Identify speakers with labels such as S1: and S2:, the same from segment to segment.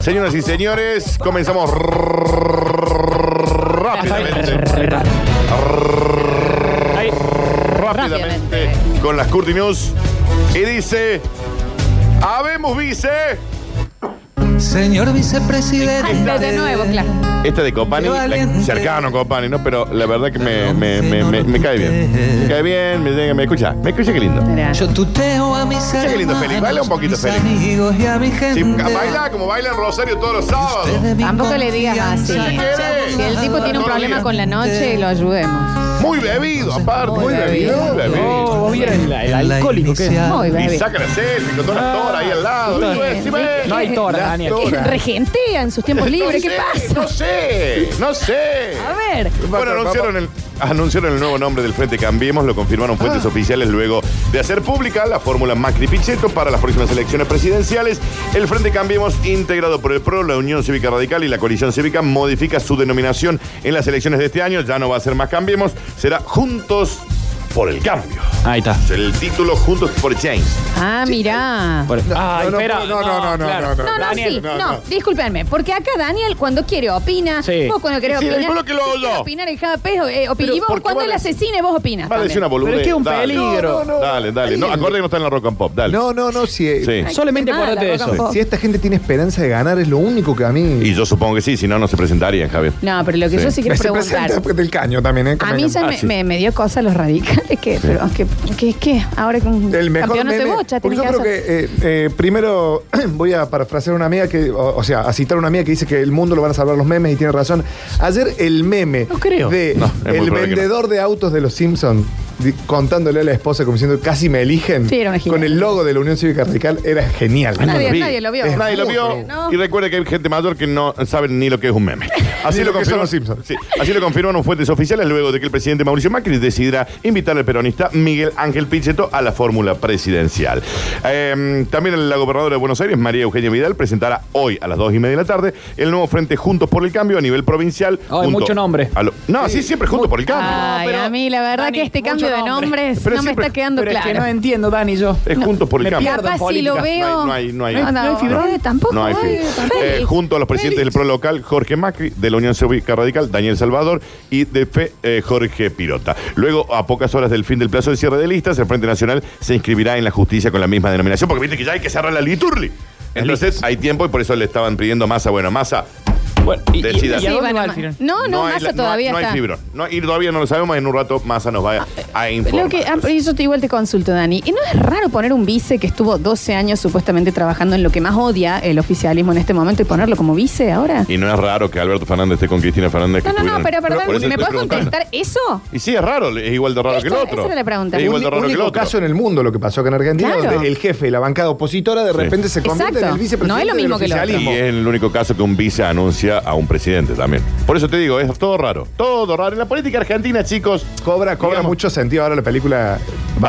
S1: Señoras y señores, comenzamos rápidamente.
S2: Ahí.
S1: rápidamente
S3: Rápidamente.
S1: con las Curti News. Y dice: Habemos vice.
S4: Señor vicepresidente.
S3: Ay, de nuevo, claro.
S1: Esta de Copani, la- cercano a Copani, ¿no? Pero la verdad que me, me, me, me- me cae bien. Me cae bien, me, llega- me escucha, me escucha que lindo.
S3: Mirá.
S4: Yo tuteo a mis
S1: qué lindo, Félix. Baila un poquito,
S4: mis
S1: Félix.
S4: amigos y a mi
S1: Sí,
S4: gente.
S1: baila como baila en Rosario todos los sábados.
S4: Usted de mi
S3: Tampoco le digas así.
S4: confianza.
S1: ¿Qué querés?
S3: Si el tipo tiene un
S1: No lo
S3: problema
S1: digas.
S3: con la noche, lo ayudemos.
S1: Muy bebido, aparte.
S3: Muy bebido.
S1: Muy
S2: Oh,
S1: bebido.
S2: vos vieron el, el
S4: La
S2: alcohólico que es.
S4: inicial.
S3: Muy
S1: Y
S3: bebé.
S1: saca la selfie con toda la tora ahí al lado.
S2: No,
S1: Y yo, decime,
S2: no hay tora,
S1: la
S2: Daniel.
S1: tora.
S3: Regentea en Eh, sus tiempos libres. ¿Qué
S1: Pues No sé,
S3: pasa?
S1: No sé, no sé.
S3: A ver.
S1: Bueno, anunciaron el, anunciaron el nuevo nombre del Frente Cambiemos, lo confirmaron fuentes oficiales luego de hacer pública la fórmula Macri Pichetto para las próximas elecciones presidenciales. El Frente Cambiemos, integrado por el PRO, la Unión Cívica Radical y la Coalición Cívica, modifica su denominación en las elecciones de este año. Ya no va a ser más Cambiemos, será Juntos por el Cambio.
S2: Ahí está.
S1: El título Juntos por Change.
S3: Ah, mirá.
S2: Por- Ay,
S5: no,
S2: Ah, espera.
S5: no, no, no, no,
S2: claro.
S5: no, no,
S3: No, no,
S2: Daniel,
S3: sí, no,
S5: no, no.
S3: discúlpenme, porque acá Daniel cuando quiere opina,
S2: Sí.
S3: vos cuando querés
S1: Sí,
S3: opinar,
S1: después lo que lo hago
S3: sí,
S1: yo.
S3: quiere opinar el JP, eh, opina,
S1: Pero
S3: y vos
S1: porque
S3: cuando
S1: vale-
S3: él asesine vos opinas.
S1: Va a decir una
S3: también.
S1: boludez.
S2: Pero es que es un
S1: dale.
S2: peligro.
S1: No, no, no. Dale, dale. No, acorde que no está en la rock and pop. Dale.
S5: No, no, no, si, eh,
S1: Sí.
S2: Solamente
S3: Qué mala,
S2: acuérdate de
S3: Roca
S2: eso.
S3: Pop.
S5: si esta gente tiene esperanza de ganar, es lo único que a mí.
S1: Y yo supongo que sí, si no, no se presentarían, Javier.
S3: No, pero lo que
S1: Sí.
S3: yo sí quiero
S5: se
S3: preguntar.
S5: presenta del caño también, ¿eh?
S3: A mí ya
S1: Ah,
S3: me,
S1: sí.
S3: me- me dio cosa los radicales que, pero que, que, que ahora con
S5: El mejor
S3: campeonato de
S5: meme,
S3: bocha
S5: porque
S3: tenés
S5: yo
S3: que
S5: creo
S3: hacer.
S5: que eh, eh, primero voy a parafrasear a una amiga que, o, o sea, a citar a una amiga que dice que el mundo lo van a salvar los memes y tiene razón. Ayer el meme
S2: No creo.
S5: de
S1: No, es muy
S5: el
S1: probable que
S5: vendedor de autos de los Simpsons contándole a la esposa como diciendo casi me eligen
S3: Sí, era una
S5: con el logo de la Unión Cívica Radical era genial.
S3: no Nadie-
S1: vi.
S3: nadie lo vio.
S1: Es- Nadie lo vio.
S3: No.
S1: Y recuerde que hay gente mayor que no sabe ni lo que es un meme. Así,
S5: Ni
S1: lo,
S5: lo que son
S1: confirmaron,
S5: los Simpsons.
S1: sí, así lo confirmaron fuentes oficiales luego de que el presidente Mauricio Macri decidiera invitar al peronista Miguel Ángel Pichetto a la fórmula presidencial. Eh, también la gobernadora de Buenos Aires, María Eugenia Vidal, presentará hoy a las dos y media de la tarde el nuevo Frente Juntos por el Cambio a nivel provincial.
S2: Ay,
S1: junto
S2: mucho nombre. Ah.
S1: a lo- no, sí, siempre Juntos por el Cambio.
S3: Ay,
S2: No, pero,
S3: a mí la verdad
S2: Dani,
S3: que este
S2: mucho
S3: cambio de
S2: nombre.
S3: nombres
S1: Pero
S3: no me
S1: siempre-
S3: está quedando
S2: Pero es que
S3: claro.
S2: no entiendo, Dani, yo.
S1: Es Juntos por el
S2: me
S1: Cambio.
S2: pierdo en
S3: Capaz si
S2: política.
S3: lo veo.
S1: No hay- no hay- no hay-
S3: no,
S2: no hay fibra.
S3: eh, tampoco.
S1: No hay fin.
S3: eh,
S1: Eh,
S3: Félix.
S1: junto a los presidentes del PRO local, Jorge Macri, de la Unión Cívica Radical, Daniel Salvador y de FE, eh, Jorge Pirota. Luego, a pocas horas del fin del plazo de cierre de listas, el Frente Nacional se inscribirá en la justicia con la misma denominación, porque viste que ya hay que cerrar la liturli. Entonces hay tiempo y por eso le estaban pidiendo masa. Bueno, masa.
S2: Bueno, y, y-
S1: Decida.
S2: y a
S3: Sí,
S2: dónde
S3: van
S2: va
S3: a
S2: el
S3: ma-
S2: filón?
S3: No, no,
S1: hay
S3: masa
S1: la-
S3: todavía
S1: no, hay- No
S3: está.
S1: hay fibrón. No, y todavía no lo sabemos. En un rato, masa nos va a, a informar.
S3: Lo que, ah, pero eso te- igual te consulto, Dani. ¿Y no es raro poner un vice que estuvo 12 años supuestamente trabajando en lo que más odia el oficialismo en este momento y ponerlo como vice ahora?
S1: Y no es raro que Alberto Fernández esté con Cristina Fernández. que
S3: No, no, no,
S1: estuvieron-
S3: pero perdón,
S1: Por eso
S3: ¿me
S1: estoy
S3: puedes
S1: preguntando.
S3: contestar eso?
S1: Y sí, es raro, es igual de raro que el
S3: Esto-
S1: otro.
S3: esa era la pregunta.
S1: Es igual de
S5: Único-
S1: raro que el
S5: único
S1: otro.
S5: caso en el mundo lo que pasó acá en Argentina,
S3: Claro.
S5: donde el jefe y la bancada opositora de
S1: Sí.
S5: repente se convierte
S3: Exacto.
S5: en el vicepresidente
S3: No es lo
S5: del
S3: mismo que lo otro.
S1: Y
S5: oficialismo.
S1: es el único caso que un vice anuncia a un presidente también. Por eso te digo, es todo raro. Todo raro. En la política argentina, chicos.
S5: Cobra, cobra
S1: Digamos-
S5: mucho sentido ahora la película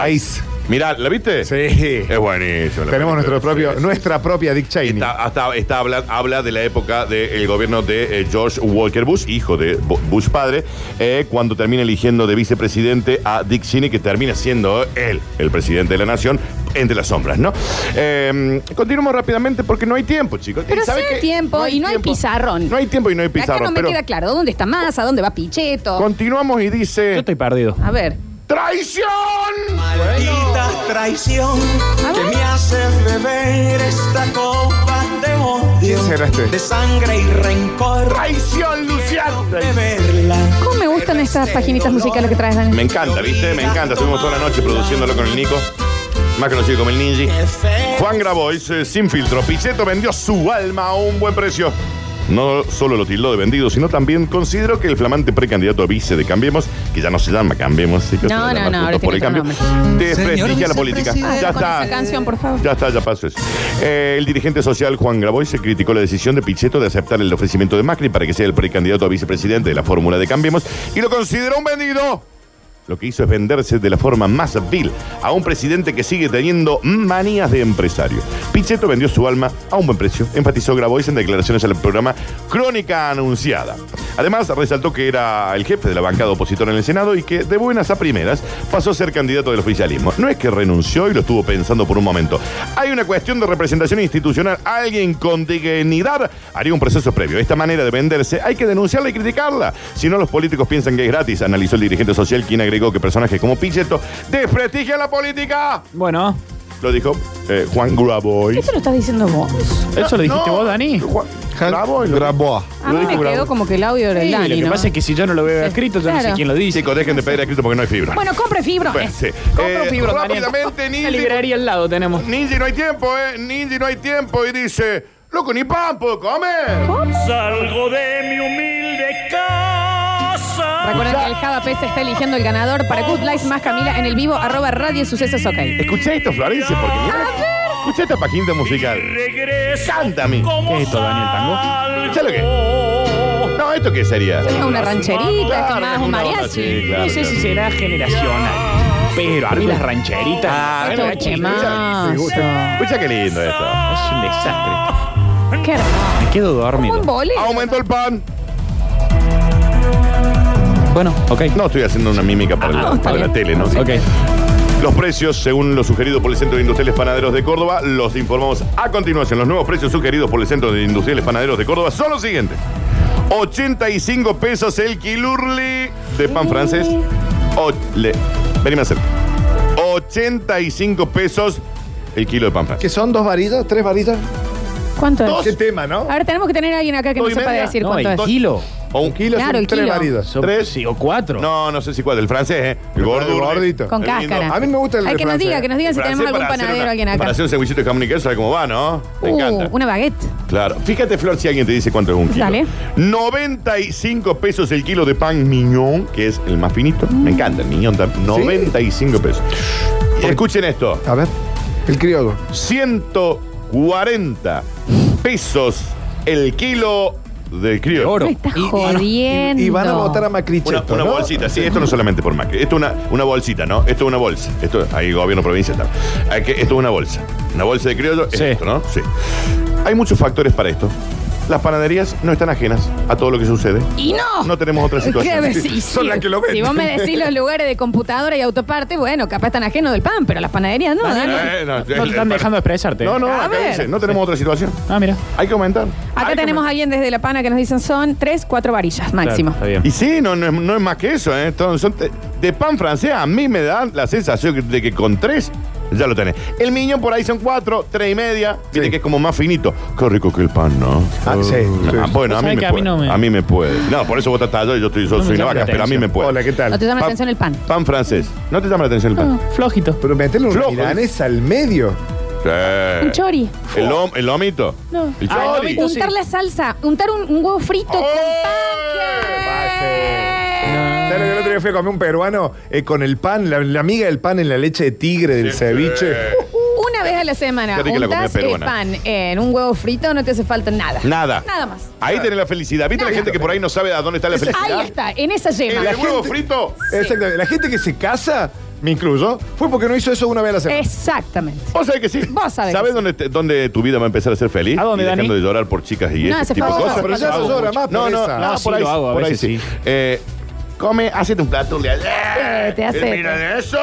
S5: Vice.
S1: Mirá, ¿la viste?
S5: Sí.
S1: Es buenísimo. la
S5: Tenemos
S1: película.
S5: nuestro propio,
S1: Sí, sí.
S5: nuestra propia Dick Cheney.
S1: Está, hasta, está habla, habla de la época del gobierno de eh, George Walker Bush, hijo de Bu- Bush padre, eh, cuando termina eligiendo de vicepresidente a Dick Cheney, que termina siendo él el presidente de la nación, entre las sombras, ¿no? Eh, continuamos rápidamente porque no hay tiempo, chicos.
S3: Pero
S1: ¿Y Eh, sabe
S3: sí hay
S1: qué?
S3: tiempo y no hay pizarrón.
S1: No hay tiempo y no hay
S3: Acá
S1: pizarrón.
S3: no me
S1: pero
S3: queda claro dónde está masa, dónde va Picheto.
S1: continuamos y
S2: Yo
S1: dice...
S2: estoy perdido.
S3: A ver.
S1: ¡Traición!
S6: Maldita traición
S3: A
S6: que
S3: ver.
S6: me hace beber esta copa de
S5: ¿Quién
S6: odio,
S5: será este?
S6: de sangre y rencor.
S1: ¡Traición, Luciano!
S6: Beberla.
S3: ¿Cómo me gustan estas paginitas musicales que traes,
S1: Me
S3: Dani?
S1: encanta, ¿viste? Me encanta. Estuvimos toda la noche produciéndolo con el Nico, más conocido como el Ninji. Juan Grabois, eh, sin filtro, Pichetto vendió su alma a un buen precio. No solo lo tildó de vendido, sino también consideró que el flamante precandidato a vice de Cambiemos, que ya no se llama Cambiemos, sí, que
S3: No,
S1: se va a
S3: no,
S1: llamar
S3: no, ahora
S1: Juntos por el
S3: tiene
S1: cambio,
S3: otro
S1: desprestigia la
S4: Señor
S1: política.
S4: vicepresidente.
S1: Ya
S3: Con esa
S1: está.
S3: canción, por favor.
S1: Ya está, ya pasó eso. Eh, el dirigente social Juan Grabois se criticó la decisión de Pichetto de aceptar el ofrecimiento de Macri para que sea el precandidato a vicepresidente de la fórmula de Cambiemos y lo consideró un vendido. Lo que hizo es venderse de la forma más vil a un presidente que sigue teniendo manías de empresario. Pichetto vendió su alma a un buen precio, enfatizó Grabois en declaraciones al programa Crónica Anunciada. Además, resaltó que era el jefe de la bancada opositora en el Senado y que, de buenas a primeras, pasó a ser candidato del oficialismo. No es que renunció y lo estuvo pensando por un momento. Hay una cuestión de representación institucional. Alguien con dignidad haría un proceso previo. Esta manera de venderse hay que denunciarla y criticarla. Si no, los políticos piensan que es gratis, analizó el dirigente social, quien agregó que personajes como Pichetto desprestigian la política.
S2: Bueno,
S1: Lo dijo eh, Juan Grabois.
S3: ¿Eso lo estás diciendo vos?
S2: eso lo dijiste vos, Dani.
S1: Juan
S5: Han-
S1: Grabois. lo-
S5: Grabois.
S3: A
S1: Lo
S3: mí
S1: dijo
S3: me quedó
S1: Grabois.
S3: como que el audio era el
S2: Sí,
S3: Dani,
S2: lo que
S3: ¿no?
S2: pasa es que si yo no lo veo escrito, yo no
S3: Claro.
S2: sé quién lo dice.
S1: Chicos, dejen de pedir escrito porque no hay fibra.
S3: Bueno, compre fibra.
S1: Bueno, sí.
S2: Compro
S1: Eh,
S2: fibra, Daniel.
S1: rápidamente,
S2: La
S1: Nindy.
S2: librería al lado tenemos.
S1: Nindy no hay tiempo, ¿eh? Nindy no hay tiempo. Y dice, loco, ni pan puedo comer.
S6: Salgo de mi humilde casa.
S3: Recuerden que el Java Pesa está eligiendo el ganador para Good Life más Camila en el vivo arroba radio sucesos ok.
S1: Escucha esto, Florencia, porque mira. Escucha esta pajita musical.
S6: Regreso
S1: Canta a mí.
S2: ¿Qué es esto, Daniel Tango?
S1: Ya lo No, ¿esto qué sería?
S3: Es una rancherita,
S1: Claro,
S3: esto más un
S1: una onda,
S3: mariachi.
S1: sí, claro,
S2: no sé
S1: claro.
S2: si será generacional, pero a mí las rancheritas.
S1: Ah,
S2: las
S1: bueno,
S3: Esto es
S1: escucha,
S2: rancheritas,
S3: temazo.
S1: escucha, escucha qué lindo esto.
S2: Es un desastre.
S3: Qué hermoso.
S2: Me quedo
S3: Un
S2: dormido.
S3: boli.
S1: Aumentó el pan.
S2: Bueno, ok.
S1: No estoy haciendo una mímica para, la-
S3: Ah, está
S1: para la
S3: bien.
S1: tele, ¿no?
S2: Ok.
S1: Los precios, según lo sugerido por el Centro de Industriales Panaderos de Córdoba, los informamos a continuación. Los nuevos precios sugeridos por el Centro de Industriales Panaderos de Córdoba son los siguientes. 85 pesos el kilurli de pan francés. O- le- venime a hacer. 85 pesos el kilo de pan francés.
S5: ¿Qué son? ¿Dos varillas? ¿Tres varillas?
S3: ¿Cuánto
S5: ¿Qué
S3: es?
S5: tema, no?
S3: A ver, tenemos que tener a alguien acá que
S1: Dos
S3: nos
S1: y
S3: sepa
S1: media.
S3: decir
S2: No,
S3: cuánto
S2: hay
S3: es.
S2: dos. kilo.
S1: O un
S5: Un kilo
S3: Claro,
S5: son
S3: el
S5: tres
S3: kilo.
S5: varillas.
S2: Son-
S1: Tres.
S2: Sí, o cuatro.
S1: No, no sé si cuál, el francés, ¿eh? El gordo.
S5: El gordito.
S3: Con
S1: El lindo.
S3: cáscara.
S5: A mí me gusta el
S3: Hay
S5: de
S3: que nos
S5: Francia.
S3: diga, que nos digan si
S1: El
S3: tenemos
S1: francés para
S3: algún
S1: hacer
S3: panadero
S1: una-
S3: alguien acá.
S1: Para hacer un cevichito de jamón y queso, ¿sabe cómo va, no? Me encanta.
S3: Uh, una baguette.
S1: Claro. Fíjate, Flor, si alguien te dice cuánto es un kilo.
S3: Dale.
S1: 95 pesos el kilo de pan miñón, que es el más finito. Me encanta el miñón. tam- 95 pesos. Escuchen esto.
S5: A ver, el criollo.
S1: 140 pesos el kilo de
S2: De
S1: criollo.
S2: oro.
S3: Me estás
S2: Y- y-
S3: jodiendo.
S5: Y van a votar a Macricheto,
S1: Una, una
S5: ¿no?
S1: bolsita, sí, esto no solamente por Macri, esto es una, una bolsita, ¿no? Esto es una bolsa. Esto ahí gobierno provincial también. Hay que- Esto es una bolsa. Una bolsa de criollo es
S2: Sí.
S1: esto, ¿no? Sí. Hay muchos factores para esto. Las panaderías no están ajenas a todo lo que sucede.
S3: Y no.
S1: No tenemos otra
S3: Oh. ¿Qué
S1: situación.
S3: ves?
S1: Sí,
S3: Y
S1: Son
S3: sí.
S1: las que lo
S3: Si
S1: venden.
S3: vos me decís los lugares de computadora y autoparte, bueno, capaz están ajenos del pan, pero las panaderías no, Dani.
S1: Eh, no,
S2: No te están dejando expresarte.
S1: No, no,
S3: A
S1: acá
S3: ver.
S1: dice, no tenemos otra situación.
S2: Ah, mira.
S1: Hay que aumentar. Hay
S3: Acá
S1: que
S3: tenemos a
S1: aumentar.
S3: alguien desde La Pana que nos dicen son tres, cuatro varillas máximo.
S2: Claro, está
S1: Y
S2: bien.
S1: sí, no, no, es, no es más que eso, ¿eh? Entonces, son te- de pan francés a mí me da la sensación de que con tres ya lo tenés. El miñón por ahí son cuatro, tres y media. Viste
S5: Sí.
S1: que es como más finito. Qué rico que el pan, ¿no?
S5: Ah, sí,
S1: Ah,
S5: sí.
S1: bueno,
S2: Vos
S1: a mí,
S2: sabés
S1: me
S2: que
S1: puede.
S2: a mí no me-
S1: a mí me puede. No, por eso vos estás yo, yo estoy, yo
S2: No me
S1: soy una
S2: llama la
S1: vaca, pero a mí me
S2: atención.
S1: puede.
S5: Hola, ¿qué tal?
S3: No te llama la
S1: Pan-
S3: atención el pan.
S1: Pan francés. ¿No te llama la atención el pan?
S2: Flojito.
S5: Pero meterle una
S1: Flojo.
S5: milanesa al medio.
S1: Sí.
S3: Un chori.
S1: El, lom- el lomito.
S3: No.
S1: El
S2: Ah, el
S1: chori.
S2: lomito.
S3: Untar
S2: sí.
S3: la salsa, untar un, un huevo frito con pan.
S5: ¿Sabes lo que el otro día fui a comer un peruano eh, con el pan, la, la amiga del pan en la leche de tigre del
S1: Sí.
S5: ceviche?
S3: Una vez a la semana
S1: Qué rica la
S3: untas
S1: comida
S3: el
S1: peruana.
S3: pan en un huevo frito, no te hace falta nada.
S1: Nada.
S3: Nada más.
S1: Ahí tenés la felicidad. ¿Viste la gente que por ahí no sabe a dónde está la felicidad?
S3: Ahí está, en esa
S1: El
S3: yema.
S1: huevo frito.
S5: Exactamente. La gente que se casa, me incluyo, fue porque no hizo eso una vez a la semana.
S3: Exactamente.
S1: Vos sabés que sí.
S3: Vos sabés que
S1: ¿Sabés
S3: sí.
S1: dónde, te- dónde tu vida va a empezar a ser feliz?
S2: ¿A dónde,
S1: Y
S2: Dani?
S1: dejando de llorar por chicas y
S3: No,
S1: ese
S3: hace
S1: tipo de
S3: falta-
S1: cosas.
S5: pero ya
S2: hago
S5: no llora
S2: mucho.
S5: más.
S1: No,
S5: por
S1: no,
S5: esa.
S1: no,
S2: sí
S1: por ahí,
S2: lo hago, a
S1: por ahí
S2: veces
S1: sí.
S2: sí.
S1: Eh, come, hacete un plato, le haces.
S3: te hace-
S1: Mira eso.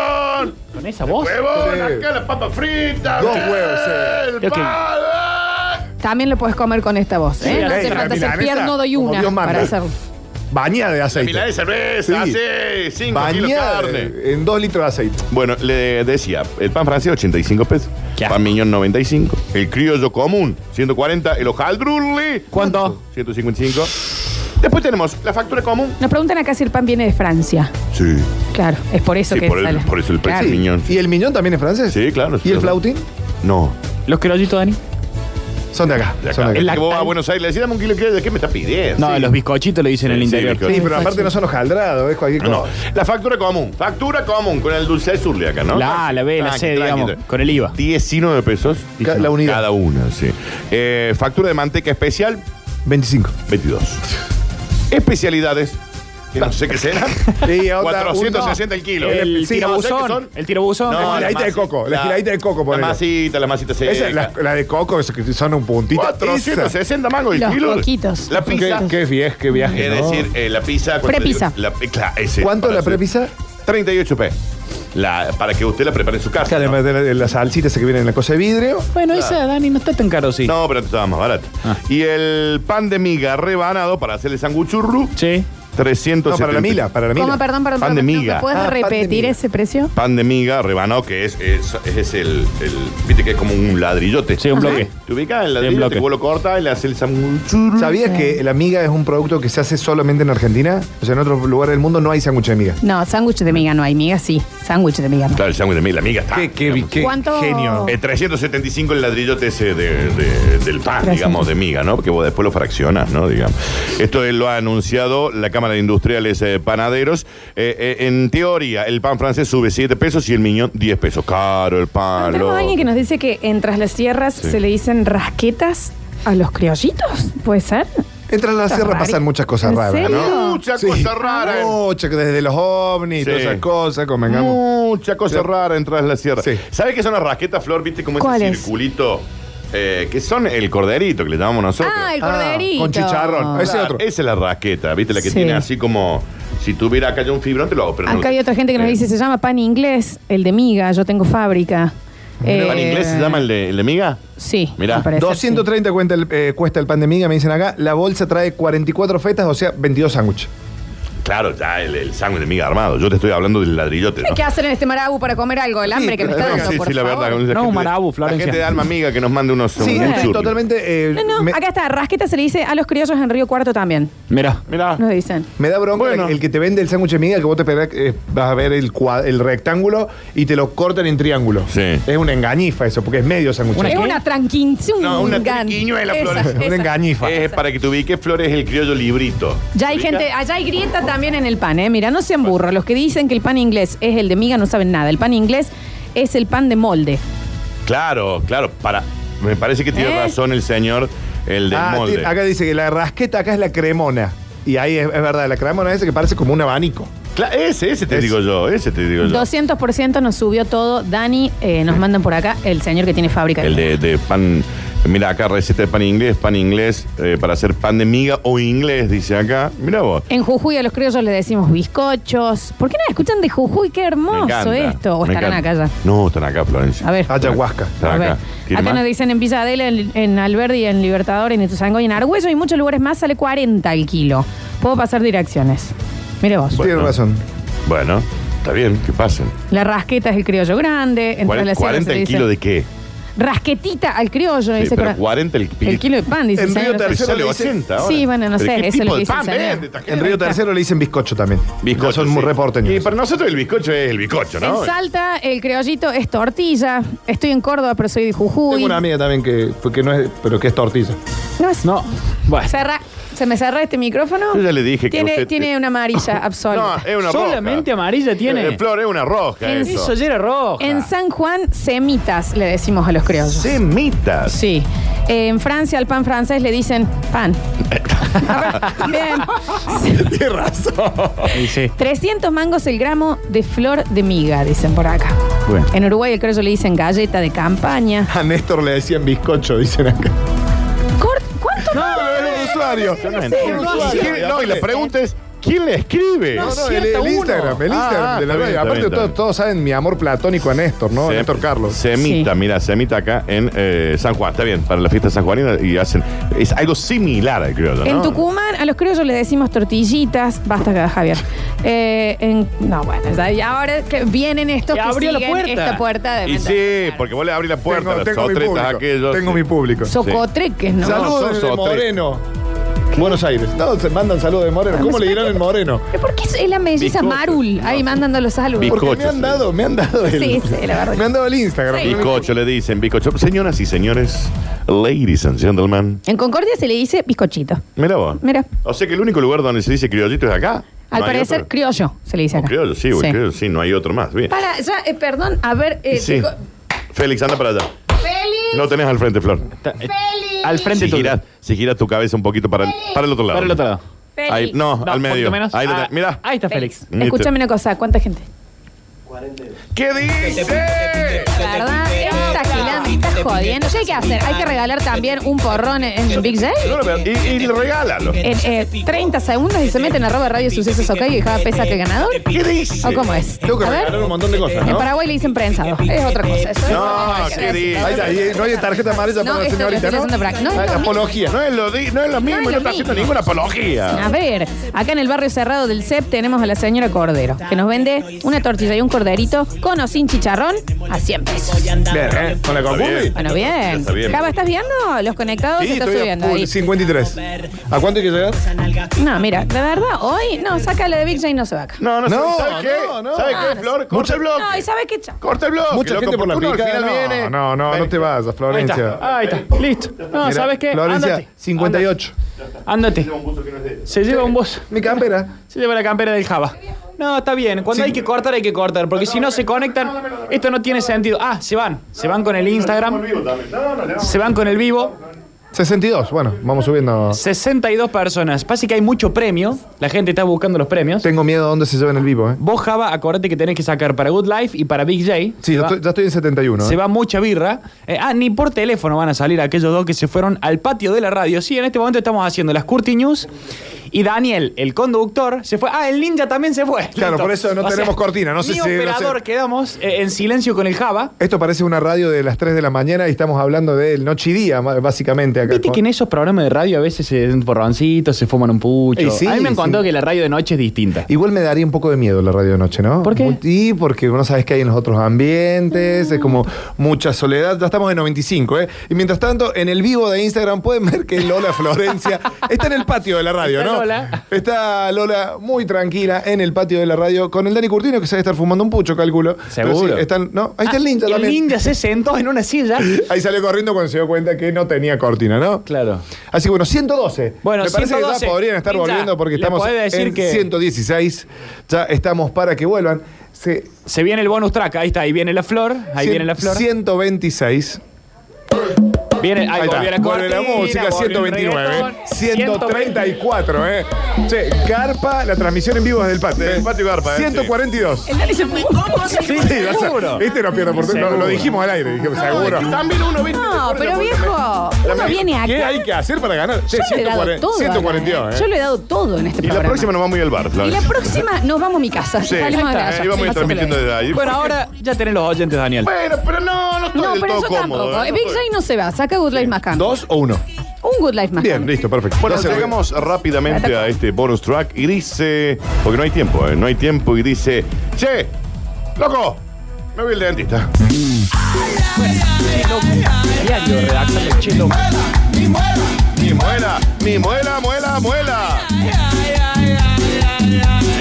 S2: Con esa voz.
S1: Huevo,
S5: Sí.
S1: acá la papa frita.
S5: Dos huevos, sí.
S1: El
S2: Yo que-
S1: pan, eh.
S3: También lo puedes comer con esta voz. ¿eh?
S2: Sí,
S3: no
S2: la-
S3: hace
S2: la
S3: falta ser
S5: milanesa,
S3: pierno doy
S5: como
S3: una
S5: Dios manda.
S3: para hacerlo.
S5: Bañada de aceite.
S1: Milanesa de cerveza,
S5: Sí.
S1: hace 5 kilos de
S5: Bañada
S1: carne.
S5: eh, en dos litros de aceite.
S1: Bueno, le decía, el pan francés 85 pesos,
S2: Qué asco.
S1: pan miñón 95, el criollo común 140, el hojaldrulli
S2: ¿Cuánto?
S1: 155. Después tenemos la factura común.
S3: Nos preguntan acá si el pan viene de Francia.
S1: Sí.
S3: Claro, es por eso
S1: Sí,
S3: que
S1: por el-
S3: sale.
S1: por eso el
S5: Ah,
S1: precio
S3: Claro.
S1: del miñón.
S5: ¿Y el miñón también es francés?
S1: Sí, claro. sí,
S5: ¿Y el
S1: claro.
S5: flautín?
S1: No.
S2: ¿Los querollitos, Dani?
S5: Son de acá.
S1: de acá.
S5: Son
S1: Es
S5: de acá.
S1: que
S2: lactal.
S1: vos vas a Buenos Aires le decís, dame un kilo de criollo, ¿qué me estás pidiendo?
S2: No,
S1: Sí.
S2: los bizcochitos lo dicen en el
S1: Sí, sí,
S2: interior.
S1: bizcocho.
S5: Sí, pero aparte no son los jaldrados, es cualquier
S1: No, no.
S5: cosa.
S1: La factura común. Factura común con el dulce de surle acá, ¿no?
S2: La A, la B, la
S1: Tranqui,
S2: C,
S1: tranqui,
S2: digamos,
S1: tranqui.
S2: con el IVA.
S1: 19 pesos.
S5: Ca- la unidad.
S1: Cada una, sí. Eh, factura de manteca especial,
S5: 25.
S1: 22. Especialidades, que no sé qué será.
S5: Sí, onda,
S1: 460 el kilo.
S5: El
S2: El
S5: sí,
S1: no sé qué
S2: tirabuzón.
S1: son.
S2: El tirabuzón.
S5: No, la giladita de
S1: masi-
S5: coco, la giladita de coco,
S1: La
S5: ponele.
S1: masita, la masita seca.
S5: Esa, la, la de coco, es que son un puntito.
S1: 460 mangos el
S3: Los
S1: kilo.
S3: coquitos.
S1: La pizza.
S5: Qué, qué viaje, qué viaje.
S1: Es
S5: ¿no?
S1: decir, eh, la pizza. ¿cuánto
S3: Prepizza.
S1: le- la- eh, claro, ese,
S5: ¿Cuánto
S1: para
S5: la
S1: hacer-
S5: prepizza?
S1: 38 p. La, para que usted la prepare en su casa. ¿no?
S5: Además de la, de la salsita esa que viene en la cosa de vidrio.
S2: Bueno, esa, Dani, no está tan caro, sí.
S1: No, pero estaba más barato.
S2: Ah.
S1: Y el pan de miga rebanado para hacerle sanguchurru,
S2: Sí.
S1: 370.
S5: No, para la mila, para la mila.
S3: ¿Cómo, perdón, perdón?
S1: Pan de
S3: perdón, ¿no
S1: miga.
S3: me ¿Puedes
S5: Ah, pan de
S3: repetir
S5: miga.
S3: ese precio?
S1: Pan de miga rebanado, que es, es, es el, el- Viste que es como un ladrillote.
S2: Sí, un
S1: Ajá.
S2: bloque.
S1: Te ubicas el
S2: Sí, un
S1: ladrillote,
S2: bloque.
S1: vos lo cortas y le haces el sanguchurru.
S5: ¿Sabías que la miga es un producto que se hace solamente en Argentina? O sea, en otros lugares del mundo no hay sándwich de miga.
S3: No, sándwich de miga no hay. Miga sí. Sándwich de miga no.
S1: Claro, el sándwich de miga, la miga está. digamos.
S3: ¿Cuánto?
S1: Eh, 375 el ladrillote ese de- de- del pan,
S3: Gracias.
S1: digamos, de miga, ¿no? Porque vos después lo fraccionas, ¿no? Digamos. Esto eh, lo ha anunciado la Cámara de Industriales eh, Panaderos. Eh, eh, en teoría, el pan francés sube 7 pesos y el miñón 10 pesos. Caro el pan.
S3: Ah, Tenemos
S1: loco.
S3: alguien que nos dice que en Tras las Sierras se le dicen rasquetas a los criollitos. ¿Puede ser?
S5: Entre las
S3: Está
S5: sierras
S3: raro.
S5: pasan muchas cosas
S3: ¿En
S5: raras,
S3: serio?
S5: ¿no?
S1: Mucha
S5: Sí.
S1: cosa rara. en-
S5: Mucho, que desde los ovnis y
S1: Sí.
S5: todas esas cosas,
S3: Mm,
S5: convengamos.
S1: Mucha cosa
S5: Sí.
S1: rara en Tras la Sierra.
S5: Sí.
S1: ¿Sabes qué son las rasquetas, Flor? ¿Viste como
S3: ¿Cuál
S1: ese
S3: es?
S1: circulito? eh, que son el corderito que le llamamos nosotros.
S3: Ah, el
S5: Ah,
S3: corderito.
S5: con chicharrón. Ese
S1: Claro,
S5: otro.
S1: Esa es la rasqueta, ¿viste? La que
S3: Sí.
S1: tiene así como. Si tuviera acá ya un fibrón, te lo hago. Pero no-
S3: Acá hay otra gente que nos
S1: Eh,
S3: dice, se llama pan inglés, el de miga, yo tengo fábrica.
S1: ¿El
S3: Eh,
S1: pan inglés se llama el de, el de miga?
S3: Sí.
S1: Mirá.
S3: al parecer,
S5: 230 cuenta el, eh, cuesta el pan de miga, me dicen acá. La bolsa trae 44 fetas, o sea, 22 sándwiches.
S1: Claro, ya el, el sándwich de miga armado. Yo te estoy hablando del ladrillote.
S3: sí.
S1: ¿no?
S3: ¿Qué hacen en este marabu para comer algo? El hambre que me está
S1: Venga,
S3: dando,
S1: sí,
S3: por
S1: sí, la
S3: favor.
S1: verdad. la
S2: No,
S1: gente de-
S2: Marabu,
S1: La
S2: Florencia.
S1: gente de alma amiga que nos mande unos.
S5: Sí,
S1: un
S5: estoy
S1: churro.
S5: totalmente. eh,
S3: No, no,
S5: me,
S3: acá está, rasqueta se le dice a los criollos en Río Cuarto también,
S2: Mira.
S1: Mirá.
S3: nos dicen.
S5: me da bronca
S1: Bueno.
S5: el, el que te vende el sándwich de miga, que vos te pegás, eh, vas a ver el, cua- el rectángulo y te lo cortan en triángulo.
S1: Sí.
S5: Es una engañifa eso, porque es medio sándwich.
S2: Una
S5: de
S3: Es
S2: qué?
S5: miga.
S3: una tranquinchungan.
S1: No, una triquiñuela,
S3: Esa,
S1: Flores.
S3: esa.
S5: Una engañifa.
S1: Es para que te ubiques, Flores, el criollo librito.
S3: Ya hay gente, allá hay grieta también en el pan, ¿eh? Mira, no sean burros. Los que dicen que el pan inglés es el de miga no saben nada. El pan inglés es el pan de molde.
S1: Claro, claro. Para, me parece que tiene
S3: ¿Eh?
S1: razón el señor, el del
S5: Ah,
S1: molde.
S5: ti- acá dice que la rasqueta acá es la cremona. Y ahí es, es verdad, la cremona es esa que parece como un abanico.
S1: Cla- ese, ese te
S5: Ese.
S1: digo yo, ese te digo yo.
S3: 200% nos subió todo. Dani, eh, nos mandan por acá el señor que tiene fábrica.
S1: El de, de pan. Mira acá, receta de pan inglés, pan inglés eh, para hacer pan de miga o inglés, dice acá. Mira vos.
S3: En Jujuy a los criollos le decimos bizcochos. ¿Por qué no escuchan de Jujuy? Qué
S1: Me
S3: hermoso
S1: encanta,
S3: esto. O
S1: me
S3: estarán
S1: encanta.
S3: acá ya.
S1: No, están acá, Florencia.
S3: A ver.
S5: Ayahuasca.
S1: Están
S3: A ver.
S1: acá. ¿Tiene
S3: Acá
S1: más?
S3: nos dicen en Villa Adela, en, en Alberdi, en Libertador, en Ituzaingó y en Argüello y en muchos lugares más sale 40 el kilo. Puedo pasar direcciones. Mire vos.
S1: Bueno.
S5: Tienes razón.
S1: Bueno, está bien, que pasen.
S3: La rasqueta es el criollo grande. En
S1: Cuaren-
S3: Tras la Sierra se
S1: 40
S3: le
S1: el
S3: dice-
S1: kilo de qué?
S3: Rasquetita al criollo.
S1: Sí,
S3: dice
S1: pero
S3: Cora-
S1: 40 el kilo.
S3: el kilo de pan, dice. el
S5: En
S3: señor.
S5: Río Tercero
S1: Sale
S5: le dicen-
S1: 80 ahora.
S3: Sí, bueno, no
S1: ¿Pero
S3: sé,
S1: ¿Qué
S3: eso
S1: tipo
S3: lo
S1: de
S3: dice el
S1: pan
S3: señor.
S1: vende, tajera?
S5: En Río Tercero le dicen bizcocho también.
S1: Bizcocho,
S5: Ya son muy
S1: sí.
S5: reporteños.
S1: Y para nosotros el bizcocho es el bizcocho, ¿no? eh.
S3: En Salta, el criollito es tortilla. Estoy en Córdoba, pero soy de Jujuy.
S5: Tengo una amiga también que, que no es, pero que es tortilla.
S3: No, es-
S2: No. Bueno.
S3: Cerra- ¿Se me cerró este micrófono?
S1: Yo ya le dije que
S3: tiene,
S1: usted-
S3: Tiene una amarilla
S1: No,
S3: absoluta.
S1: es una
S2: Solamente
S1: roja.
S2: amarilla tiene.
S1: Eh, Flor, es una roja
S3: En-
S1: eso.
S2: Eso ya era roja.
S3: en San Juan, semitas le decimos a los criollos.
S1: Semitas.
S3: Sí. Eh, en Francia, al pan francés le dicen pan. A ver, Bien.
S5: Tienes razón.
S2: Y sí.
S3: 300 mangos el gramo de flor de miga, dicen por acá.
S2: Bueno.
S3: En Uruguay, el criollo le dicen galleta de campaña.
S5: A Néstor le decían bizcocho, dicen acá.
S3: Cor- ¿Cuánto?
S5: No, pero era un usuario.
S1: Yo no
S3: Sí,
S1: entiendo.
S3: no,
S1: ¿Y
S3: sí.
S1: quién- No, y la pregunta es, ¿quién le escribe?
S5: No, no, el,
S2: Sienta
S5: el
S2: uno.
S5: Instagram, el Instagram
S1: Ah,
S5: de la
S1: está bien,
S5: vida.
S1: está
S5: Aparte,
S1: bien, está
S5: todos,
S1: bien.
S5: todos saben mi amor platónico a Néstor, ¿no?
S1: Sem-
S5: Néstor Carlos.
S1: Semita,
S3: Sí.
S1: mira, semita acá en eh, San Juan. Está bien, para la fiesta sanjuanina y hacen. Es algo similar al criollo, ¿no?
S3: En Tucumán, a los criollos les decimos tortillitas. Basta acá, Javier. Eh, en- no, bueno, ya- y ahora que vienen estos
S2: Que
S3: que
S2: abrió la
S3: siguen
S2: puerta.
S3: esta puerta de
S1: Y sí, porque vos le abrís la puerta a los
S5: Tengo, tengo mi
S1: sotretas
S5: público.
S1: aquellos.
S5: Tengo
S1: sí.
S5: mi público.
S3: Socotreques, ¿no?
S1: Salud.
S5: Saludos
S1: sos
S5: desde
S1: otra.
S5: Moreno. Buenos Aires. No, se mandan saludos de Moreno. ¿Cómo le dirán en Moreno?
S3: ¿Pero ¿Por qué es la melliza
S1: Bizcocho.
S3: Marul? Ahí mandando los saludos.
S1: Bizcocho.
S5: Porque me han dado, me han dado el.
S3: Sí, sí, la verdad.
S5: Me han dado el Instagram.
S3: Sí.
S1: Bizcocho le dicen, bizcocho. Señoras y señores, ladies and gentlemen.
S3: En Concordia se le dice bizcochito.
S1: Mira vos.
S3: Mira.
S1: O sea que el único lugar donde se dice criollito es acá.
S3: Al
S1: No hay
S3: parecer,
S1: otro.
S3: criollo se le dice
S1: O
S3: acá.
S1: criollo, sí, o criollo, sí, no hay otro más. Bien.
S3: Para, ya, eh, perdón, a ver. eh,
S1: Sí.
S3: dijo-
S1: Félix, anda para allá.
S3: Félix.
S1: No tenés al frente, Flor.
S2: Ta- eh, Al frente
S1: Si
S2: tuyo.
S1: giras, si giras tu cabeza un poquito para el, para el otro lado.
S2: Para el otro lado.
S7: Félix.
S1: Ahí, no, al medio. Ahí lo tenés.
S3: Ah.
S1: Mirá.
S2: Ahí está Félix.
S1: Mito.
S3: Escúchame una cosa, ¿cuánta gente?
S1: ¿Qué dice?
S3: La verdad, está gilando, está jodiendo. ¿Y hay que hacer? ¿Hay que regalar también un porrón en, en Big J?
S1: No lo veo. Y, y le regálalo.
S3: En eh, 30 segundos y se meten a roba radio sucesos ok y dejaba pesa que ganador.
S1: ¿Qué dice?
S3: ¿O cómo es?
S5: Tengo que
S3: A ver, Eh,
S5: regalar un montón de cosas,
S3: en
S5: ¿no?
S3: Paraguay le dicen prensado. Es otra cosa. Eso es
S1: No, ¿qué
S5: Ahí
S1: dice?
S5: está, y no hay tarjeta amarilla
S3: No,
S5: para la
S3: esto lo
S5: señorita,
S3: estoy haciendo
S5: ¿no?
S3: para- no,
S5: Ah,
S3: no,
S5: apología.
S1: No es lo, di- no es lo mismo, no,
S3: es lo
S1: está haciendo
S3: mismo.
S1: ninguna apología.
S3: A ver, acá en el barrio cerrado del CEP tenemos a la señora Cordero, que nos vende una tortilla y un corderito con o sin chicharrón a 100 pesos.
S5: Bien, ¿eh? Con la
S1: Está
S5: compu.
S1: bien.
S3: Bueno,
S1: Ya
S3: bien.
S1: está bien.
S3: Java, ¿estás viendo? Los conectados
S5: Sí,
S3: se está
S5: estoy a
S3: subiendo
S5: full,
S3: ahí.
S5: 53. ¿A cuánto hay que llegar?
S3: No, mira, la verdad, hoy, no, saca la de Big J y no se va acá.
S1: No, no,
S5: No,
S1: ¿sabes qué?
S5: no, no.
S1: ¿Sabes
S3: Ah,
S1: qué,
S3: no.
S1: Flor? Corta el bloque.
S3: No, ¿y sabes qué? Chao.
S1: Corta el bloque.
S5: Mucha
S1: loco,
S5: gente por la
S1: porque uno al
S5: pica.
S1: final
S5: No,
S1: viene.
S5: no, no, no te vayas,
S2: Ahí
S5: Florencia.
S2: está. Ahí está. Listo. No,
S5: Mira,
S2: ¿sabes qué?
S5: Florencia,
S2: Ándate.
S5: 58.
S2: Ándate. Se lleva un boss.
S5: Mi campera.
S2: Se lleva la campera del Java. No, está bien. Cuando hay que cortar, hay que cortar. Porque si no se conectan, esto no tiene sentido. Ah, se van. Se van con el Instagram. Se van con el vivo.
S5: 62, bueno, vamos subiendo.
S2: 62 personas. Pasa que hay mucho premio. La gente está buscando los premios.
S5: Tengo miedo a dónde se llevan el vivo, ¿eh?
S2: Vos, Java, acordate que tenés que sacar para Good Life y para Big J.
S5: Sí,
S2: Se
S5: ya
S2: va-
S5: estoy, ya estoy en 71.
S2: Se
S5: ¿eh?
S2: va mucha birra. Eh, ah, ni por teléfono van a salir aquellos dos que se fueron al patio de la radio. Sí, en este momento estamos haciendo las Curti News. Y Daniel, el conductor, se fue. Ah, el ninja también se fue.
S5: Claro, por eso no tenemos cortina, no sé
S2: ni
S5: si- no sé.
S2: operador quedamos eh, en silencio con el Java.
S5: Esto parece una radio de las 3 de la mañana y estamos hablando del noche y día, ma- básicamente. Acá.
S2: Viste que en esos programas de radio a veces se den porroncitos, se fuman un pucho.
S5: Y sí,
S2: a mí me han
S5: sí.
S2: contado que la radio de noche es distinta.
S5: Igual me daría un poco de miedo la radio de noche, ¿no?
S2: ¿Por qué?
S5: Mu- Y porque no sabes qué hay en los otros ambientes, es como mucha soledad. Ya estamos en 95, ¿eh? Y mientras tanto, en el vivo de Instagram pueden ver que Lola Florencia está en el patio de la radio,
S2: Está
S5: ¿no?
S2: Lola.
S5: Está Lola muy tranquila en el patio de la radio con el Dani Curtino que sabe estar fumando un pucho, calculo. Pero
S2: Seguro.
S5: sí, están, no, ahí está el ninja
S2: Ah, y
S5: también.
S2: El ninja se sentó en una silla.
S5: Ahí salió corriendo cuando se dio cuenta que no tenía cortina, ¿no?
S2: Claro.
S5: Así que bueno, 112.
S2: Bueno,
S5: Me parece que
S2: 112.
S5: ya podrían estar
S2: Ya,
S5: volviendo porque
S2: le
S5: estamos
S2: puede decir
S5: en
S2: que-
S5: 116. Ya estamos para que vuelvan. Se-
S2: Se viene el bonus track. Ahí está, ahí viene la flor. Ahí
S5: cien-
S2: viene la flor.
S5: 126.
S2: Viene, ahí,
S5: Ahí está.
S2: volvió la
S5: Vuelve la
S2: cortina,
S5: música,
S2: volvió el
S5: 129.
S2: reggaetón.
S5: 134, ¿eh? Che, Carpa, la transmisión en vivo desde el patio.
S1: Desde
S5: ¿eh?
S1: el patio Carpa, eh,
S5: 142.
S3: El Dani se fue.
S2: Sí,
S5: Sí, vas a-
S2: seguro.
S5: Este no pierde oportunidad. Lo, lo
S2: Seguro.
S5: dijimos al aire. Dijimos, seguro.
S1: También uno viene.
S3: No, pero viejo, uno viene
S5: ¿Qué
S3: acá.
S5: hay que hacer para ganar? Che,
S3: Yo le he dado
S5: 140,
S3: todo. acá, ¿eh?
S5: 142,
S3: Yo
S5: ¿eh?
S3: le he dado todo en este
S1: Y la
S3: programa.
S1: próxima nos vamos a ir al bar, Flor.
S3: Y la próxima nos vamos a mi casa.
S1: Sí, ahí
S3: Salimos de
S1: está,
S3: allá.
S1: ahí Eh, vamos a ir
S3: Así que
S1: transmitiendo
S3: lo
S1: desde ahí.
S2: Bueno, ahora ya tenés los oyentes, Daniel.
S1: Bueno, pero no, no estoy
S3: No,
S1: del
S3: pero
S1: todo
S3: yo
S1: cómodo.
S3: tampoco.
S1: ¿eh? No
S3: Big
S1: estoy-
S3: J no se va. Saca Good Life más Camp.
S5: ¿Dos o uno?
S3: Un Good Life más
S5: Bien,
S3: Camp.
S5: listo, perfecto.
S1: Bueno,
S5: Ya se-
S1: llegamos rápidamente a este bonus track y dice. Porque no hay tiempo, ¿eh? No hay tiempo y dice. Che, loco, me voy al dentista.
S2: Diario, redactando el chelo.
S1: Mi muela, mi muela, muela, muela.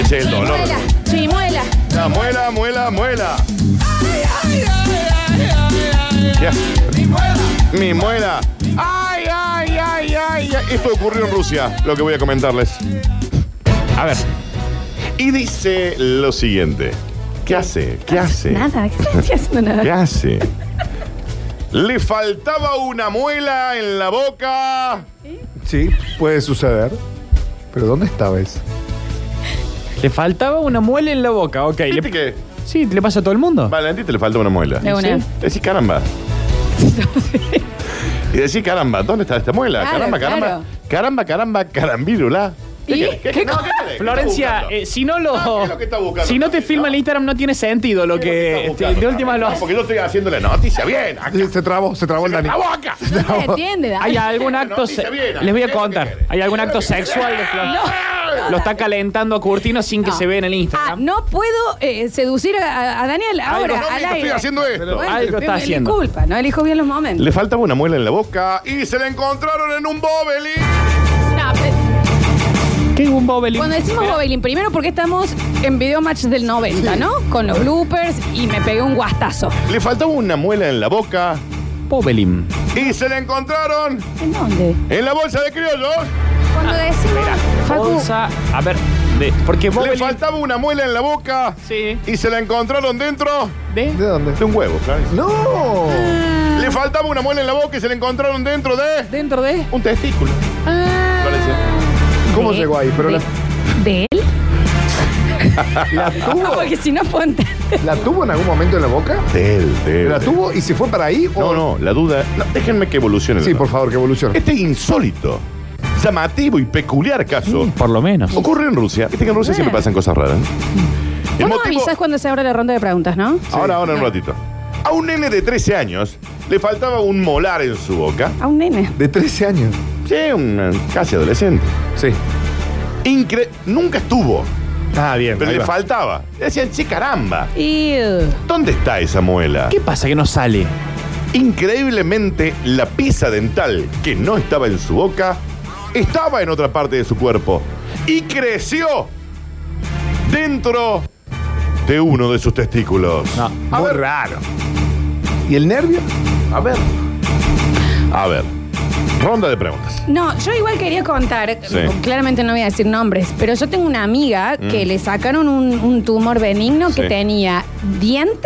S1: Ese es el dolor.
S3: Chimuela, chimuela.
S1: La muela, muela, muela. Ya. Mi muela. Ay, ay, ay, ay, ay. Esto ocurrió en Rusia, lo que voy a comentarles.
S2: A ver,
S1: Y dice lo siguiente. ¿Qué hace? ¿Qué hace?
S3: Nada, ¿qué estoy haciendo
S1: ¿Qué
S3: nada?
S1: hace? Le faltaba una muela en la boca.
S5: Sí, puede suceder. Pero ¿dónde estaba eso?
S2: le faltaba una muela en la boca, ok.
S1: ¿Viste
S2: Le-
S1: que
S2: sí, le pasa a todo el mundo.
S1: Valentín te le faltaba una muela?
S3: De una.
S1: ¿Sí? Decís caramba. y decís caramba, ¿dónde está esta muela?
S3: Claro,
S1: caramba, caramba.
S3: claro.
S1: Caramba, caramba, carambírula.
S3: ¿Y?
S1: querés?
S3: ¿Qué
S1: no,
S3: co-
S1: querés? ¿Qué
S2: Florencia,
S1: estás
S2: eh, si no
S1: Ah, ¿qué es
S2: lo.
S1: lo que está buscando?
S2: Si no te filma el Instagram, no tiene sentido lo
S1: buscando? ¿Qué
S2: que. este,
S1: estás buscando,
S2: de última lo
S1: caramba? Porque yo estoy haciendo la noticia bien. Acá.
S5: Se trabó, se trabó el Dani.
S1: ¡La boca!
S3: No te atiende,
S2: Hay
S3: Dani.
S2: algún acto.
S1: noticia
S2: se-
S1: bien,
S2: les
S1: ¿qué es
S2: voy
S1: lo
S2: a
S1: que
S2: contar.
S1: querés?
S2: Hay algún
S1: ¿Qué es lo
S2: acto
S1: que querés?
S2: sexual de Flor. Lo está calentando a Curtino sin que
S3: No.
S2: se vea en el
S3: Ah,
S2: Instagram.
S3: no puedo eh, seducir a, a Daniel ahora.
S1: no,
S3: al
S1: mira,
S3: aire.
S1: estoy haciendo esto.
S3: Bueno,
S2: Algo está
S3: me- me
S2: haciendo.
S3: Disculpa, no elijo bien los momentos.
S1: Le faltaba una muela en la boca y se la encontraron en un bobelín.
S3: No, pero-
S2: ¿Qué es un bobelín?
S3: Ah. cuando decimos Bobelin, primero porque estamos en video match del 90, ¿no? Con los bloopers y me pegué un guastazo.
S1: Le faltaba una muela en la boca
S2: Bobelín.
S1: y se la encontraron
S3: ¿En dónde?
S1: en la bolsa de criollos.
S3: Cuando decimos. Facu,
S2: Ah, Bolsa. A ver, de- porque
S1: Le
S2: Bobelín.
S1: faltaba una muela en la boca
S2: Sí.
S1: y se la encontraron dentro
S2: ¿De?
S5: ¿De dónde?
S1: de un huevo, Clarice.
S5: ¡No!
S1: Le faltaba una muela en la boca y se la encontraron dentro de
S3: dentro de.
S1: un testículo.
S3: Ah,
S1: Florencia.
S5: ¿Cómo
S3: de-
S5: llegó ahí? Pero
S3: de,
S5: la,
S3: ¿De él? Ah,
S5: la
S3: Porque
S5: tuvo,
S3: si no, ponte.
S5: ¿La tuvo en algún momento en la boca?
S1: Del, del,
S5: ¿La
S1: del.
S5: tuvo y se fue para ahí? o-
S1: No, no, la duda. no, déjenme que evolucione. la
S5: Sí,
S1: duda.
S5: por favor, que evolucione.
S1: Este insólito, llamativo y peculiar caso
S2: Por lo menos.
S1: ocurre en Rusia. Viste que en Rusia siempre pasan cosas raras. El
S3: Vos nos
S1: motivo-
S3: avisás cuando se abra la ronda de preguntas, ¿no?
S1: Ahora, ahora, un ratito. A un nene de 13 años le faltaba un molar en su boca.
S3: A un nene.
S5: De 13 años.
S1: Sí, un eh, casi adolescente.
S5: Sí.
S1: Incre- Nunca estuvo,
S5: Ah, bien.
S1: pero
S5: ahí
S1: le
S5: va.
S1: faltaba. Le decían, che, caramba,
S3: Ew.
S1: ¿dónde está esa muela?
S2: ¿Qué pasa que no sale?
S1: Increíblemente, la pieza dental que no estaba en su boca estaba en otra parte de su cuerpo y creció dentro de uno de sus testículos.
S2: No.
S1: A
S5: Muy
S1: ver.
S5: raro. ¿Y el nervio?
S1: A ver. A ver. Ronda de preguntas.
S3: No, yo igual quería contar,
S1: Sí.
S3: claramente no voy a decir nombres, pero yo tengo una amiga que le sacaron un, un tumor benigno que
S1: Mm. Sí.
S3: tenía dientes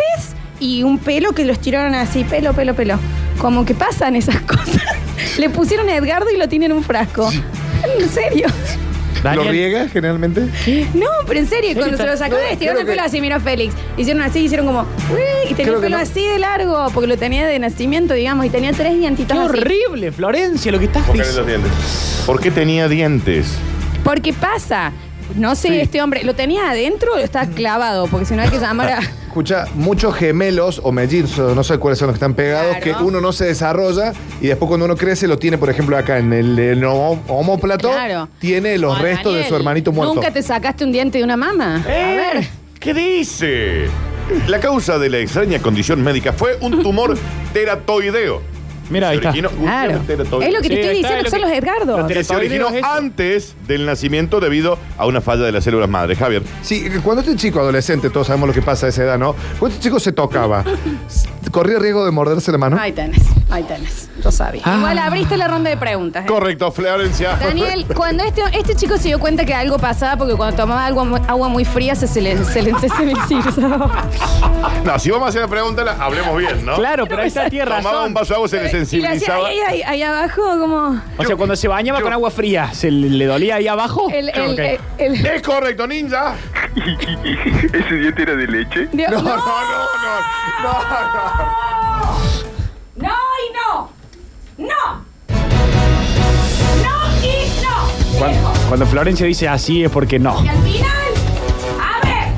S3: y un pelo que los tiraron así, pelo, pelo, pelo. Como que pasan esas cosas. le pusieron a Edgardo y lo tienen en un frasco. En serio.
S5: ¿Lo
S2: Daniel,
S5: riega generalmente?
S3: No, pero en serio, cuando se lo este, sacaron,
S5: No,
S3: le tiraron el
S5: creo
S3: pelo
S5: que-
S3: así, mira Félix. Hicieron así, hicieron como, uy, y tenía
S5: Creo
S3: el
S5: que
S3: pelo
S5: no.
S3: así de largo, porque lo tenía de nacimiento, digamos, y tenía tres
S2: ¡Qué
S3: dientitos así.
S2: horrible, Florencia, lo que estás
S1: Póngale los
S2: diciendo!
S1: dientes. ¿Por qué tenía dientes?
S3: Porque pasa, no sé, este hombre, ¿lo tenía adentro o está clavado? Porque si no hay que llamar a.
S5: Escucha, muchos gemelos o mellizos, no sé cuáles son los que están pegados,
S3: Claro.
S5: que uno no se desarrolla y después cuando uno crece lo tiene, por ejemplo, acá en el, el hom- homóplato,
S3: Claro.
S5: tiene los
S3: No,
S5: restos de
S3: Daniel,
S5: su hermanito muerto.
S3: ¿Nunca te sacaste un diente de una mama? A ver.
S1: ¿Qué dice? La causa de la extraña condición médica fue un tumor teratoideo.
S2: Mira, ahí está.
S1: Originó- uh, un
S3: Claro.
S1: teratoideo.
S3: Es lo que
S2: Sí,
S3: te estoy
S2: ahí está,
S3: diciendo, que
S2: es
S3: son
S2: lo
S3: los
S2: que-
S3: Edgardos.
S2: lo
S1: Que se originó
S2: Teratoideo es eso.
S1: antes del nacimiento debido a una falla de las células madre. Javier,
S5: Sí, cuando este chico adolescente, todos sabemos lo que pasa a esa edad, ¿no? Cuando este chico se tocaba, corría riesgo de morderse la mano.
S3: Ahí tenés, ahí tenés. Yo sabía.
S2: Ah.
S3: Igual abriste la ronda de preguntas. ¿eh?
S1: correcto, Florencia.
S3: Daniel, cuando este, este chico se dio cuenta que algo pasaba, porque cuando tomaba algo, mu- agua muy fría se, se le, se le enseñaba.
S1: No, si vamos a hacer la pregunta, la- hablemos bien, ¿no?
S2: Claro, pero ahí está, tiene
S1: Tomaba un
S2: razón.
S1: vaso de agua, se le
S3: Y le hacía
S1: sensibilizaba.
S3: ahí, ahí, ahí abajo, como.
S2: O sea, cuando se bañaba con agua fría, ¿se le, le dolía ahí abajo?
S3: El, el, eh,
S2: Ok.
S3: el- el-
S1: Es correcto, ninja.
S7: ¿Ese diente era de leche?
S3: Dios-
S1: No, no, no, no, no.
S8: No y no. No. No y no.
S2: Cuando, cuando Florencia dice así es porque no.
S8: Y al final, a ver.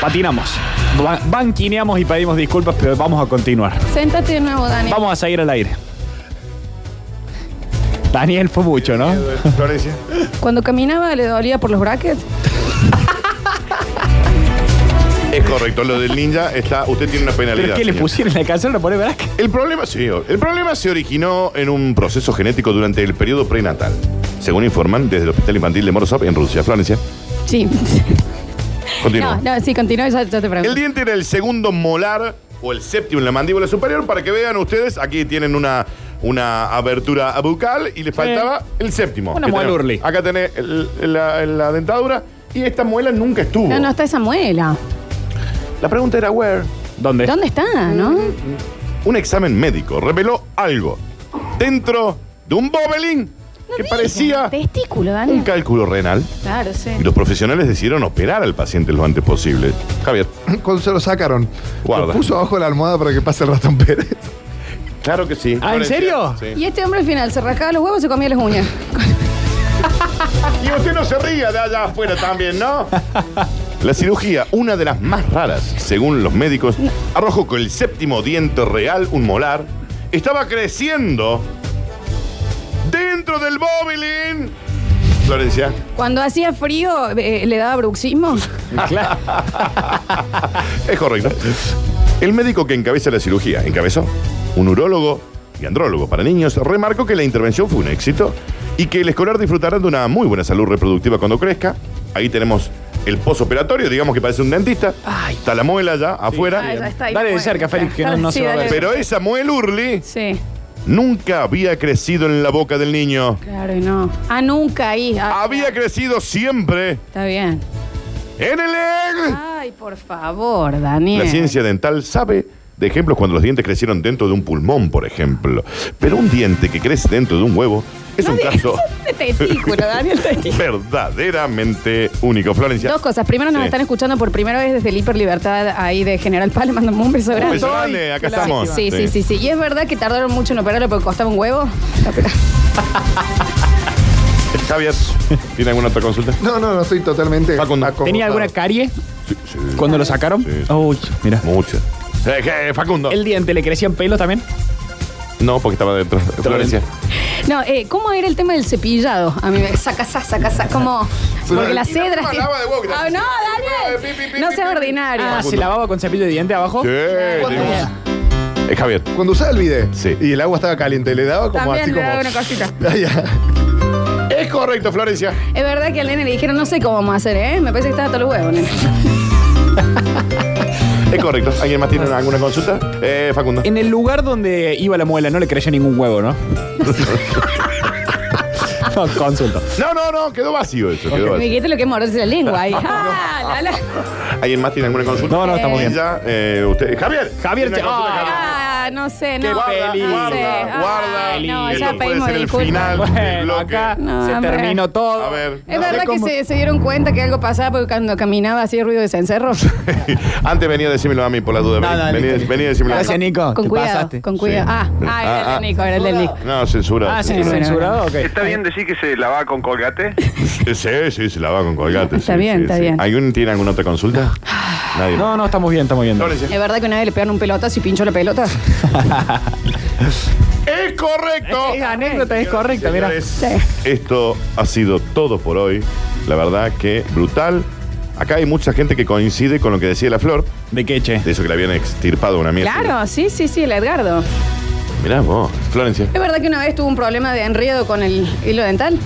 S2: Patinamos. Ba- Banquineamos y pedimos disculpas, pero vamos a continuar.
S3: Séntate de nuevo, Daniel.
S2: Vamos a seguir al aire. Daniel fue mucho, ¿no?
S1: Florencia.
S3: Cuando caminaba le dolía por los brackets.
S1: Es correcto, lo del ninja está. Usted tiene una penalidad.
S2: Pero es que le
S1: señor.
S2: pusieron en la canción, lo pone ¿verdad? que-
S1: El problema, sí, el problema se originó en un proceso genético durante el periodo prenatal, según informan desde el Hospital Infantil de Morozov en Rusia. Florencia,
S3: Sí.
S1: continúa.
S3: No, no, sí, continúa, ya, ya te
S1: El
S3: pregunto.
S1: diente era el segundo molar o el séptimo en la mandíbula superior. Para que vean ustedes, aquí tienen una, una abertura bucal y le faltaba el séptimo.
S2: Una
S1: Que
S2: muela
S1: tenemos.
S2: Hurley.
S1: Acá tenés el- la, la dentadura y esta muela nunca estuvo.
S3: No, no, está esa muela.
S1: La pregunta era, ¿where? Eh.
S2: ¿Dónde?
S3: ¿Dónde está,
S1: Mm.
S3: no?
S1: Un examen médico reveló algo dentro de un bobelín que parecía
S3: Testículo,
S1: un
S3: Daniel.
S1: cálculo renal.
S3: Claro, sí.
S1: Y los profesionales decidieron operar al paciente lo antes posible. Javier,
S5: Cuando se lo sacaron,
S1: Guarda.
S5: lo puso abajo de la almohada para que pase el ratón Pérez.
S1: claro que sí.
S2: Ah, ¿en serio?
S1: Sí.
S3: Y este hombre al final se rascaba los huevos y se comía las uñas.
S1: Y usted no se ría de allá afuera también, ¿no? La cirugía, una de las más raras, según los médicos, arrojó que el séptimo diente real, un molar, estaba creciendo dentro del bobilín. Florencia.
S3: Cuando hacía frío, eh, le daba bruxismo.
S2: Claro.
S1: Es correcto. El médico que encabeza la cirugía, encabezó, un urólogo y andrólogo para niños, remarcó que la intervención fue un éxito y que el escolar disfrutará de una muy buena salud reproductiva cuando crezca. Ahí tenemos el posoperatorio, digamos que parece un dentista. Está la muela ya afuera.
S3: Ah, ya está ahí
S2: Dale de
S3: puesta.
S2: cerca, Félix, que no- no
S3: Sí,
S2: se va a
S3: dale.
S2: ver.
S1: Pero esa muel Urli
S3: Sí,
S1: nunca había crecido en la boca del niño.
S3: claro, y no. Ah, nunca ahí. Ah,
S1: Había crecido siempre
S3: Está bien.
S1: en el egg.
S3: Ay, por favor, Daniel.
S1: La ciencia dental sabe de ejemplos cuando los dientes crecieron dentro de un pulmón, por ejemplo. Pero un diente que crece dentro de un huevo Es
S3: No
S1: un
S3: de-
S1: caso
S3: de testículo, Daniel, testículo.
S1: verdaderamente único. Florencia.
S3: Dos cosas. Primero nos
S1: Sí.
S3: están escuchando por primera vez desde el Hiperlibertad ahí de General Paz. Le mandamos un beso
S1: Un
S3: grande.
S1: beso grande, acá
S2: Sí,
S1: estamos.
S3: Sí, sí, sí, sí. Y es verdad que tardaron mucho en operarlo porque costaba un huevo. No, pero-
S1: Javier, ¿tiene alguna otra consulta?
S5: No, no, no, estoy totalmente.
S1: Facundo.
S5: acongojado.
S2: ¿Tenía alguna carie
S1: Sí, sí.
S2: cuando lo sacaron?
S1: Sí, sí.
S2: Uy, mira.
S1: Mucho. Eh, eh, Facundo.
S2: ¿El diente le crecían pelos también?
S1: No, porque estaba dentro. Florencia.
S3: No, eh, ¿cómo era el tema del cepillado? A mí me saca, saca, saca, saca. Como. Porque las
S1: Y la
S3: cedras.
S1: misma
S3: tienen-
S1: lava de huevo que la-
S3: Ah, no,
S1: Pi, pi, pi,
S3: Daniel. No
S1: pi,
S3: seas
S1: pi.
S3: ordinario.
S2: Ah, ¿se lavaba con cepillo de diente abajo?
S1: Sí,
S3: Oh,
S1: tenemos- Eh, Javier.
S5: Cuando usaba el bidet
S1: Sí.
S5: y el agua estaba caliente, le daba como
S3: También
S5: así
S3: le
S5: como.
S3: daba una cosita.
S5: Ah, ya.
S1: Es correcto, Florencia.
S3: Es verdad que al nene le dijeron, no sé cómo vamos a hacer, ¿eh? Me parece que estaba todo los huevos, nene.
S1: Es correcto. ¿Alguien más tiene alguna consulta? Eh, Facundo.
S2: En el lugar donde iba la muela no le creció ningún huevo, ¿no? no, consulto.
S1: No, no, no, quedó vacío eso. Quedó
S3: Me
S1: vacío.
S3: dijiste lo que es morderse la lengua ahí. Ah, la, la.
S1: ¿Alguien más tiene alguna consulta?
S2: No, no, estamos bien.
S1: Ya, eh, usted. Javier.
S2: Javier,
S1: ¿tiene
S2: che-
S1: alguna consulta,
S2: ah.
S1: Javier?
S3: Ah, no sé, no.
S1: guarda,
S2: peli.
S3: no sé.
S1: guarda,
S3: Ay,
S1: guarda.
S3: No,
S1: Esto
S3: ya
S1: puede
S3: pedimos
S1: ser el
S3: disculpas.
S1: final. del
S2: Bueno,
S1: bloque.
S2: acá
S3: No,
S2: se
S3: hombre.
S2: terminó todo.
S1: A ver.
S3: Es
S1: no sé
S3: verdad que
S1: cómo-
S3: se, se dieron cuenta que algo pasaba porque cuando caminaba hacía ruido de cencerro.
S1: Antes venía a decírmelo a mí por la duda.
S2: No, no,
S1: venía
S2: listo,
S1: venía,
S2: listo.
S1: venía a decírmelo a mí.
S2: Gracias, Nico.
S3: con
S2: te
S3: cuidado,
S2: pasaste.
S3: con cuidado.
S1: Sí.
S3: Ah, ah, era
S1: Ah,
S3: el del Nico, era el del Nico.
S1: No, censurado.
S2: Ah, sí,
S1: censurado.
S2: censurado, ok.
S7: ¿Está bien decir que se lavaba con colgate?
S1: Sí, sí, sí, se la va con colgate.
S3: Está
S1: sí,
S3: bien,
S1: sí,
S3: está
S1: sí.
S3: bien. Ah.
S1: ¿Alguien tiene alguna otra consulta? Nadie.
S2: No, no, estamos bien, estamos bien.
S1: Florencia.
S3: Es verdad que una vez le pegaron un pelotazo y pinchó la pelota.
S1: ¡Es correcto!
S2: Es anécdota, es correcta, mira.
S1: Señores, Esto ha sido todo por hoy. La verdad que brutal. Acá hay mucha gente que coincide con lo que decía la flor,
S2: ¿De qué, che?
S1: de eso que le habían extirpado una mierda.
S3: Claro, sí, sí, sí, el Edgardo.
S1: Mirá vos, Florencia.
S3: Es verdad que una vez tuvo un problema de enredo con el hilo dental.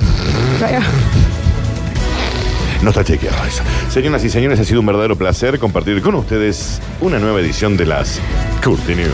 S1: No está chequeado eso. Señoras y señores, ha sido un verdadero placer compartir con ustedes una nueva edición de las Curti News.